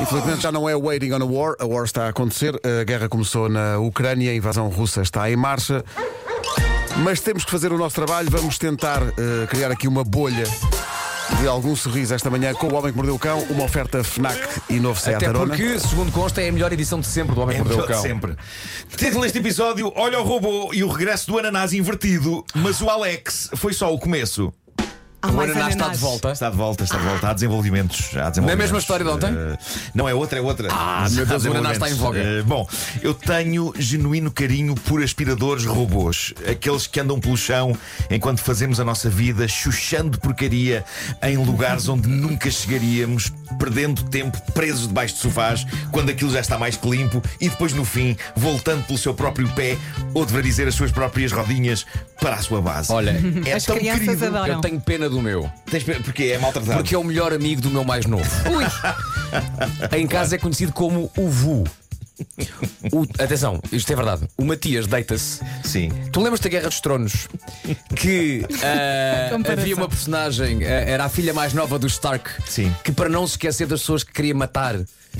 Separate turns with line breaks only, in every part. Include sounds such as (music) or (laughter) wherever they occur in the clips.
Infelizmente já não é Waiting on a War, a War está a acontecer, a guerra começou na Ucrânia, a invasão russa está em marcha. Mas temos que fazer o nosso trabalho, vamos tentar eh, criar aqui uma bolha de algum sorriso esta manhã com o Homem que Mordeu o Cão, uma oferta Fnac e novo Seat
Até
Arona.
porque, segundo consta, é a melhor edição de sempre do Homem que Mordeu o
Sempre,
Cão.
sempre. Título deste episódio: Olha o robô e o regresso do ananás invertido, mas o Alex foi só o começo.
Há
O
mais
Ananás está de volta.
Está de volta, está de volta. Há desenvolvimentos. Há desenvolvimentos.
Não é a mesma história de ontem?
Eh, não, é outra, é outra. Ah,
meu Deus, o ananás está em voga.
bom, eu tenho genuíno carinho por aspiradores robôs. Aqueles que andam pelo chão enquanto fazemos a nossa vida, chuchando porcaria em lugares onde nunca chegaríamos, perdendo tempo presos debaixo de sofás, quando aquilo já está mais que limpo, e depois no fim, voltando pelo seu próprio pé, ou deverá dizer as suas próprias rodinhas, para a sua base.
Olha,
é
As
tão
crianças
querido.
adoram.
eu tenho pena do meu,
Tens pe- Porque é maltratado.
porque é o melhor amigo do meu mais novo.
Ui,
(laughs) Em casa é conhecido como o Vu. O- atenção, isto é verdade. O Matias deita-se.
Sim.
Tu lembras-te da Guerra dos Tronos? Que ah,
Comparação.
havia uma personagem, ah, era a filha mais nova do Stark,
Sim.
que para não se esquecer das pessoas que queria matar,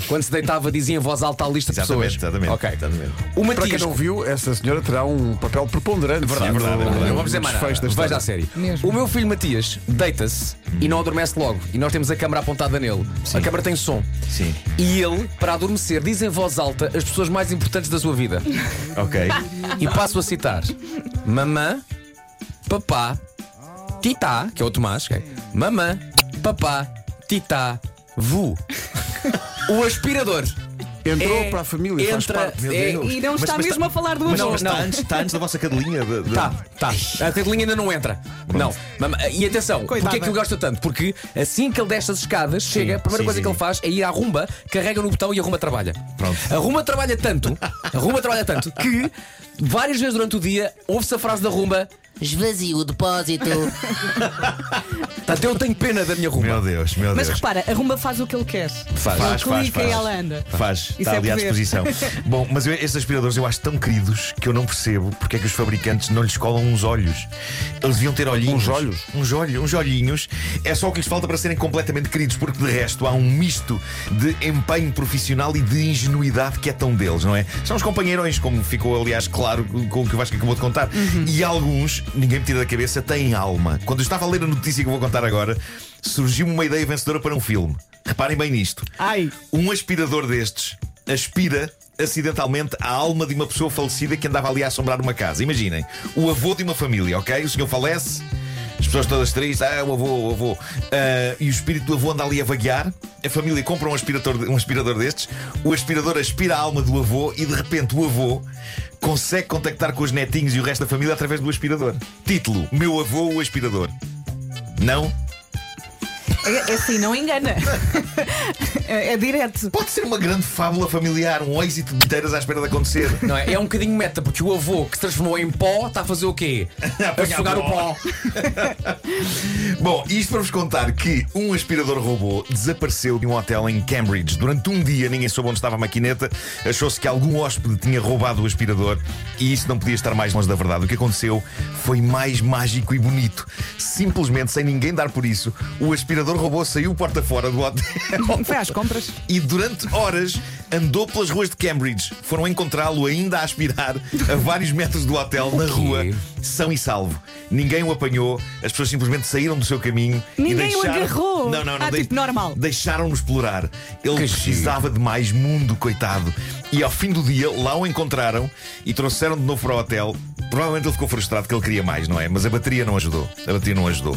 quando se deitava dizia em voz alta a lista
Exatamente,
de pessoas.
exatamente.
Ok.
exatamente.
O
Para quem
Matias,
não viu, essa senhora terá um papel preponderante.
verdade, é verdade, é
no-
verdade.
Não vamos dizer mais
desfecho da
nada.
história.
Veja assim. a série.
Mesmo.
O meu filho Matias deita-se e não adormece logo. E nós temos a câmara apontada nele. A câmara tem som.
Sim.
E ele, para adormecer, diz em voz alta as pessoas mais importantes da sua vida.
Ok.
E passo a citar: Mamã, papá, titá, que é o Tomás, ok? mamã, papá, titá, vu. O aspirador.
Entrou
É,
para a família, faz
entra-
parte.
é-
e não está
mas
mesmo
está-
a falar do
Mas,
amor.
mas está, antes, está antes da vossa cadelinha. de- de-
Tá, tá. A cadelinha ainda não entra. Não. Mas- E atenção,
Coitada.
porquê é que eu gosto tanto? Porque assim que ele desce as escadas, chega, a primeira
sim,
coisa
sim,
que ele
sim.
faz é ir à rumba, carrega no botão e a rumba trabalha.
Pronto.
A rumba trabalha
(laughs)
tanto, a rumba trabalha tanto, que várias vezes durante o dia ouve-se a frase da rumba.
Esvazio o depósito.
Portanto, "Tá, eu tenho pena da minha rumba.
Meu Deus, meu
Mas
Deus.
repara, a rumba faz o que ele quer.
Faz.
Ele
Faz, faz,
clica
faz.
e ela anda.
Faz, está
é
ali à
poder.
disposição. Bom, mas eu- estes aspiradores eu acho tão queridos que eu não percebo porque é que os fabricantes não lhes colam uns olhos. Eles deviam ter
Uns
olhinhos.
olhos?
Uns, olho, uns olhinhos. É só o que lhes falta para serem completamente queridos, porque de resto há um misto de empenho profissional e de ingenuidade que é tão deles, não é? São os companheirões, como ficou aliás claro com o que o Vasco acabou de contar. E alguns, ninguém me tira da cabeça, têm alma. Quando eu estava a ler a notícia que vou contar agora, surgiu-me uma ideia vencedora para um filme. Reparem bem nisto.
Ai,
Um aspirador destes aspira acidentalmente a alma de uma pessoa falecida que andava ali a assombrar uma casa. Imaginem, o avô de uma família, ok? O senhor falece, as pessoas todas tristes, ah, o avô, o avô. Ah, e o espírito do avô anda ali a vaguear. A família compra um aspirador, um aspirador destes, o aspirador aspira a alma do avô e de repente o avô consegue contactar com os netinhos e o resto da família através do aspirador. Título: Meu avô, o aspirador. Não?
é, é assim, não engana. (laughs) é, é direto.
Pode ser uma grande fábula familiar, um êxito de inteiras à espera de acontecer.
Não é? é um bocadinho meta, porque o avô que se transformou em pó está a fazer o quê? A
(laughs) Apanhar
esfogar o
pó.
pó.
Bom, isto para vos contar que um aspirador robô desapareceu de um hotel em Cambridge. Durante um dia ninguém soube onde estava a maquineta, achou-se que algum hóspede tinha roubado o aspirador e isso não podia estar mais longe da verdade. O que aconteceu foi mais mágico e bonito. Simplesmente, sem ninguém dar por isso, o aspirador robô saiu porta fora do hotel.
Foi às compras.
e durante horas andou pelas ruas de Cambridge. Foram encontrá-lo ainda a aspirar a vários metros do hotel na rua, são e salvo. Ninguém o apanhou, as pessoas simplesmente saíram do seu caminho e
Ninguém o
deixaram.
agarrou.
Não, não, não.
Ah, tipo, normal.
Deixaram-no explorar. Ele
Que
precisava de mais mundo, coitado. E ao fim do dia, lá o encontraram e trouxeram de novo para o hotel. Provavelmente ele ficou frustrado que ele queria mais, não é? Mas a bateria não ajudou. A bateria não ajudou.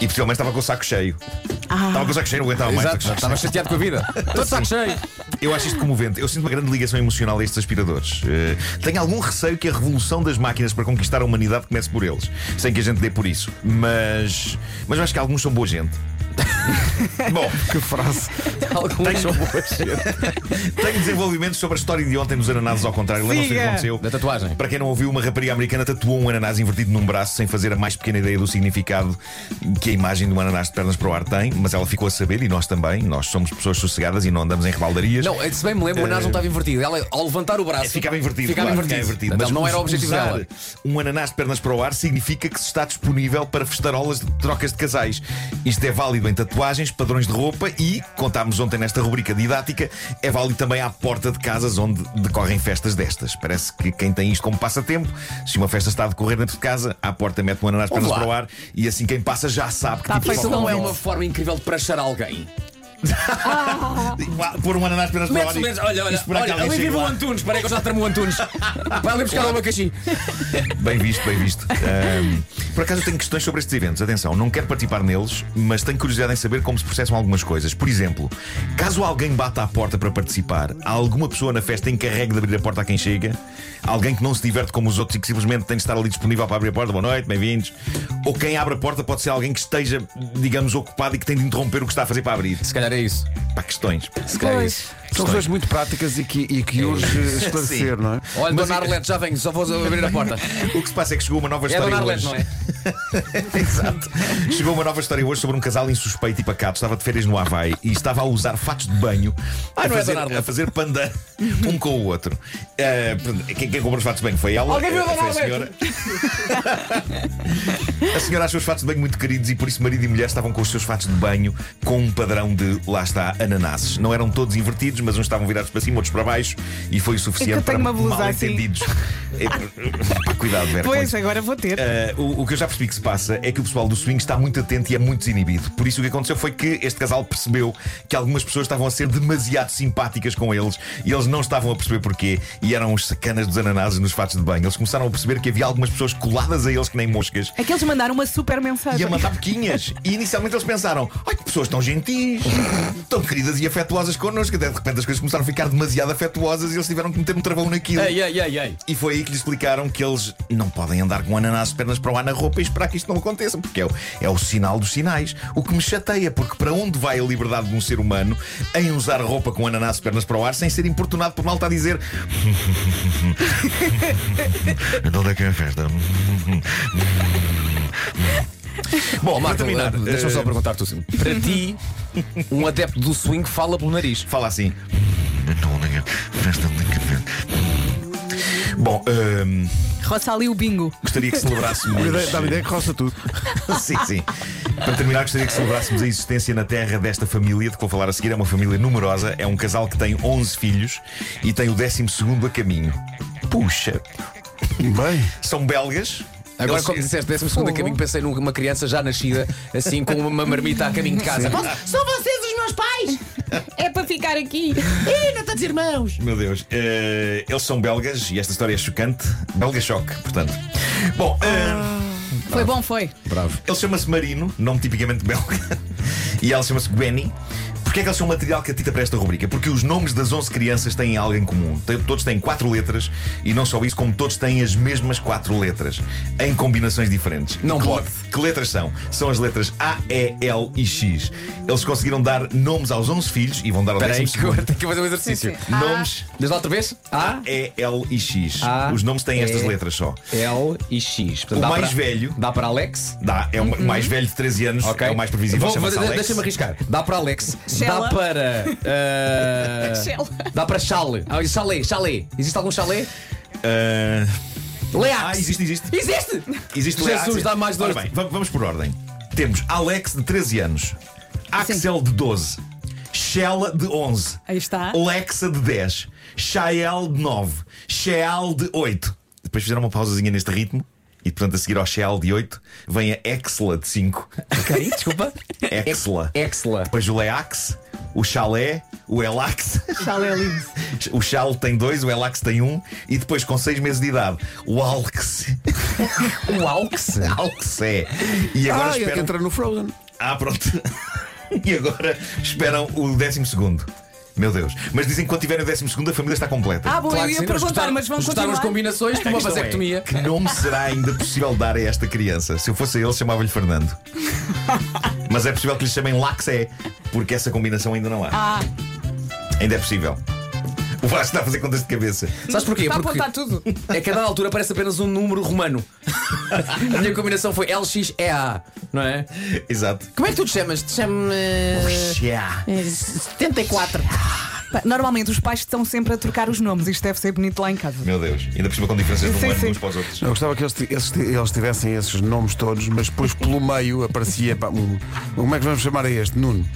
E possivelmente estava com o saco cheio.
Ah.
Estava com o saco cheio, não é, aguentava mais.
Exato, (laughs) estava chateado com a vida. Todo saco cheio.
Eu acho isto comovente. Eu sinto uma grande ligação emocional a estes aspiradores. Eh, tenho algum receio que a revolução das máquinas para conquistar a humanidade comece por eles, sem que a gente dê por isso. Mas. Mas eu acho que alguns são boa gente. (laughs) Bom,
Que frase.
Alguns são boas.
(laughs) tenho desenvolvimentos sobre a história de ontem dos ananases ao contrário. Lembram-se do que
Siga.
aconteceu?
Da tatuagem.
Para quem não ouviu, uma rapariga americana tatuou um ananás invertido num braço sem fazer a mais pequena ideia do significado que a imagem de um ananás de pernas para o ar tem, mas ela ficou a saber e nós também. Nós somos pessoas sossegadas e não andamos em rebaldarias.
Não, é, se bem me lembro, o Anás não estava invertido. Ela, ao levantar o braço,
Eh, É, Ficava invertido.
Ficava
claro,
invertido.
invertido.
Portanto, não era o
us-
objetivo
usar
dela.
Um ananás de pernas para o ar significa que se está disponível para festarolas de trocas de casais. Isto é válido envolvido em tatuagens, padrões de roupa e, contámos ontem nesta rubrica didática, é válido também à porta de casas onde decorrem festas destas. Parece que quem tem isto como passatempo, se uma festa está a decorrer dentro de casa, à porta mete um ananás pernas
lá.
para o ar e assim quem passa já sabe que
Tá
tipo de
feito
Isso
foco-
não é uma forma incrível de prachar alguém.
Lá, Pôr um ananás pernas para o ar
Mete-se,
e,
mete- olha,
e
olha,
esperar que
olha,
alguém
ali
chegue
vive o
lá.
Antunes, peraí que eu já tramo o Antunes. Vai ali buscar o abacaxi.
Bem visto, bem visto. Ahm, por acaso eu tenho questões sobre estes eventos. Atenção, não quero participar neles, mas tenho curiosidade em saber como se processam algumas coisas. Por exemplo, caso alguém bata à porta para participar, há alguma pessoa na festa encarregue de abrir a porta a quem chega? Alguém que não se diverte como os outros e que simplesmente tem de estar ali disponível para abrir a porta? Boa noite, bem-vindos. Ou quem abre a porta pode ser alguém que esteja, digamos, ocupado e que tem de interromper o que está a fazer para abrir?
Se calhar é isso.
Pá, questões.
Se calhar é isso.
São questões muito práticas e que, e que urge esclarecer,
Sim.
não é?
Olha,
Mas-
Dona Arlete, já venho, só vou abrir a
(laughs)
porta.
O que se passa é que chegou uma nova
É a
história
Dona
hoje.
Arlete, não é?
Exato. Chegou uma nova história hoje sobre um casal insuspeito e pacato. Estava de férias no Havaí e estava a usar fatos de banho
Ah,
a,
não é
fazer,
Dona Arlete.
a fazer panda (laughs) um com o outro. Ah, portanto, quem, quem comprou os fatos de banho foi ela. Eh,
Alguém viu a
foi
Dona
a senhora. a senhora achou os fatos de banho muito queridos e por isso marido e mulher estavam com os seus fatos de banho com um padrão de, lá está, ananases. Não eram todos invertidos, mas uns estavam virados para cima, outros para baixo e foi o suficiente
tenho
para
uma blusa
mal
assim.
entendidos. É, pá, Cuidado, Vera. com isso.
Pois, agora vou ter.
Uh, o, o que eu já percebi que se passa é que o pessoal do swing está muito atento e é muito desinibido. Por isso o que aconteceu foi que este casal percebeu que algumas pessoas estavam a ser demasiado simpáticas com eles e eles não estavam a perceber porquê e eram os sacanas dos ananases nos fatos de banho. Eles começaram a perceber que havia algumas pessoas coladas a eles que nem moscas
É que eles mandaram uma super mensagem.
e é a mandar boquinhas. E inicialmente eles pensaram: ai que pessoas tão gentis, tão queridas e afetuosas connosco. Até de repente as coisas começaram a ficar demasiado afetuosas e eles tiveram que meter um travão naquilo.
é? Ei, ei, ei, ei.
E foi aí que lhe explicaram que eles não podem andar com um ananás de pernas para o ar na roupa e esperar que isto não aconteça, porque é o, é o sinal dos sinais. O que me chateia, porque para onde vai a liberdade de um ser humano em usar roupa com ananás de pernas para o ar sem ser importunado por malta a dizer (laughs) Então onde é que é a festa? Bom,
Ó, Marco,
para terminar,
eh, deixa-me só
eh,
perguntar-te assim. Para ti, um adepto do swing fala
(laughs)
pelo nariz.
Fala assim. é Bom, hum,
Roça ali o bingo.
gostaria que
(laughs)
celebrássemos.
Dá-me ideia- Dá-me ideia que roça tudo.
(laughs) sim, sim. Para terminar, gostaria que celebrássemos a existência na terra desta família de que vou falar a seguir. É uma família numerosa, é um casal que tem 11 filhos e tem o 12 a caminho. Puxa!
Bem,
São belgas.
Agora,
Eles-
como disseste, 12 segundo a caminho, pensei numa criança já nascida, assim, com uma marmita a caminho de casa.
São vocês os meus pais!
(laughs) É para ficar aqui.
E não tantos irmãos!
Meu Deus. Eh, eles são belgas e esta história é chocante. Belga choque, portanto. Bom, eh,
Foi bom, foi.
Bravo.
ele chama-se Marino, nome tipicamente belga, (laughs) e ela chama-se Gwenny. Porquê é que eles são um material catita para esta rubrica? Porque os nomes das 11 crianças têm algo em comum. Tem- Todos têm quatro letras e não só isso, como todos têm as mesmas quatro letras, em combinações diferentes.
Não
que,
pode.
Que letras são? São as letras A, E, L e X. Eles conseguiram dar nomes aos 11 filhos e vão dar ao
Espera aí,
12
que agora tenho que fazer um exercício.
Sim,
Nomes
Diz lá outra vez? A,
E, L e X.
A,
Os nomes têm estas
E,
letras só.
L e X. Portanto,
O
dá
mais
para-
velho-
Dá para Alex.
Dá, é o ma- mais velho de 13 anos,
Ok.
é o mais previsível.
Vou- vou-
chama-se Alex.
Deixa-me arriscar. Dá para Alex.
Shella.
Dá
(laughs)
para. eh,
Shella.
dá para Chale. Ah, chalé, chalé. Existe algum chalé?
Ah,
Leax.
Ah, existe, existe.
Existe!
Existe
Jesus,
Leácia.
dá mais dois.
Ora bem, va- vamos por ordem. Temos Alex de 13 anos, Axel de 12, Shella de 11,
Aí está.
Oh, Lexa de 10, Shael de 9, Sheal de 8. Depois fizeram uma pausazinha neste ritmo. E portanto, a seguir ao Shell de 8, vem a Exla
(laughs)
de 5.
Ok, desculpa. (laughs)
Exla.
Exla.
Depois o Leax, o Chalé, o Elax.
Chalé é lindo.
(laughs) O Chal tem dois, o Elax tem um. E depois, com seis meses de idade, o
(laughs)
Alx.
O Alx.
Alx é. E agora
ah,
esperam.
entra no Frozen.
Ah, pronto. (laughs) e agora esperam o décimo segundo. Meu Deus. Mas dizem que quando tiverem o décimo segundo a família está completa.
Ah, bom,
Claro
eu
que
ia
sim, eles
perguntar,
gostaram-
mas vão
gostaram
continuar.
as combinações de
A
uma
questão é,
vasectomia.
que nome será ainda possível dar a esta criança? Se eu fosse ele, chamava-lhe
(laughs)
Fernando. Mas é possível que lhe chamem Laxé, porque essa combinação ainda não há.
Ah,
Ainda é possível. O Vasco está a fazer contas de cabeça.
Sabes porquê?
está a
Porque
apontar tudo.
a cada altura parece apenas um número
(laughs)
romano. a minha combinação foi LXEA, não é?
Exato.
Como é que tu te chamas? Te chamo. eh,
Yeah.
74.
Pá, Normalmente os pais estão sempre a trocar os nomes. Isto deve ser bonito lá em (laughs) casa.
Meu Deus, ainda por cima com diferenças de
Sim,
um ano
sim.
uns para os outros.
Eu gostava que eles, ti- esses ti- eles tivessem esses nomes todos, mas depois pelo meio aparecia. pá, um- como é que vamos chamar a este? Nuno.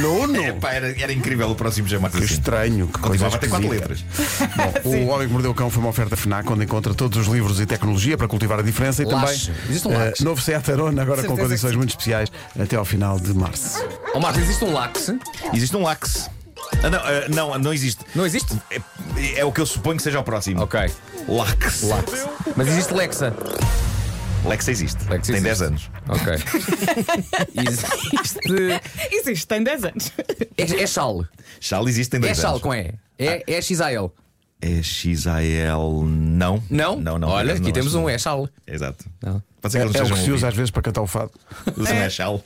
Nuno?
Epá, era, era incrível o próximo chamar
Que
assim.
estranho, que coisa
Continuava a ter quatro
esquisita.
letras.
Bom, o Homem que Mordeu o Cão foi uma oferta FNAC onde encontra todos os livros e tecnologia para cultivar a diferença e
Laxe.
também
Existe um laxe.
eh, novo Seat Arona agora com
Certeza
condições
que
muito especiais até ao final de março.
Ó Marta, existe um laxe?
Existe um lax. Ah, não, ah, não, não existe.
Não existe?
É, é o que eu suponho que seja o próximo.
Ok.
Lax.
Laxe. Mas existe Lexa.
Lex existe.
Lex
Tem
existe.
10 anos.
Ok. (laughs) existe.
Existe, tem 10 anos.
É, é Chal.
Chal existe, tem
É
10
Chal
anos.
com E. É, é XAL.
É XAL. Não.
Não?
Não, não.
Olha,
não,
aqui
não,
temos
não.
um. É Chal.
Exato.
Não. É.
Pode ser
É,
que um eles
é
não
o que
sejam
se usa
ouvidos.
às vezes para cantar o fado.
Usam é chal.